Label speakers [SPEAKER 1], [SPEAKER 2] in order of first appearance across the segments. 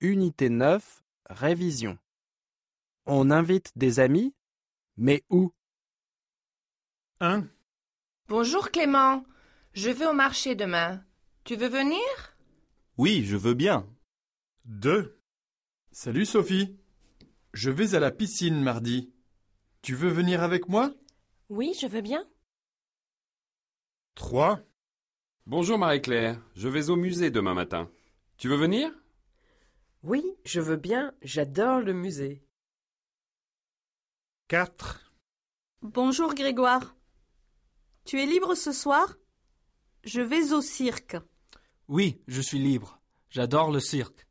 [SPEAKER 1] Unité 9, révision. On invite des amis, mais où
[SPEAKER 2] 1,
[SPEAKER 3] Bonjour Clément, je vais au marché demain. Tu veux venir
[SPEAKER 4] Oui, je veux bien.
[SPEAKER 2] 2,
[SPEAKER 5] Salut Sophie. Je vais à la piscine mardi. Tu veux venir avec moi
[SPEAKER 6] Oui, je veux bien.
[SPEAKER 2] 3,
[SPEAKER 7] Bonjour Marie-Claire, je vais au musée demain matin. Tu veux venir
[SPEAKER 8] Oui, je veux bien, j'adore le musée.
[SPEAKER 2] 4,
[SPEAKER 9] Bonjour Grégoire. Tu es libre ce soir Je vais au cirque.
[SPEAKER 10] Oui, je suis libre. J'adore le cirque.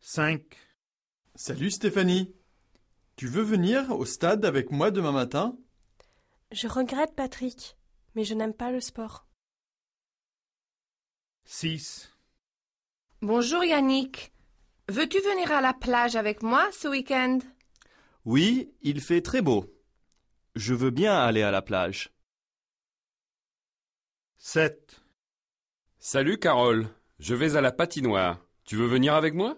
[SPEAKER 2] 5,
[SPEAKER 5] Salut Stéphanie. Tu veux venir au stade avec moi demain matin
[SPEAKER 6] Je regrette Patrick, mais je n'aime pas le sport.
[SPEAKER 2] 6,
[SPEAKER 3] Bonjour Yannick, veux-tu venir à la plage avec moi ce week-end
[SPEAKER 4] Oui, il fait très beau. Je veux bien aller à la plage.
[SPEAKER 2] 7,
[SPEAKER 7] Salut Carole, je vais à la patinoire. Tu veux venir avec moi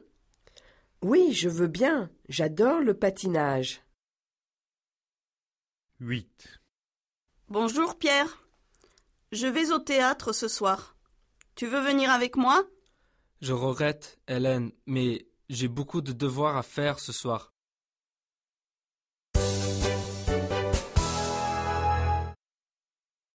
[SPEAKER 8] Oui, je veux bien, j'adore le patinage.
[SPEAKER 2] 8,
[SPEAKER 9] Bonjour Pierre. Je vais au théâtre ce soir. Tu veux venir avec moi
[SPEAKER 10] Je regrette, Hélène, mais j'ai beaucoup de devoirs à faire ce soir.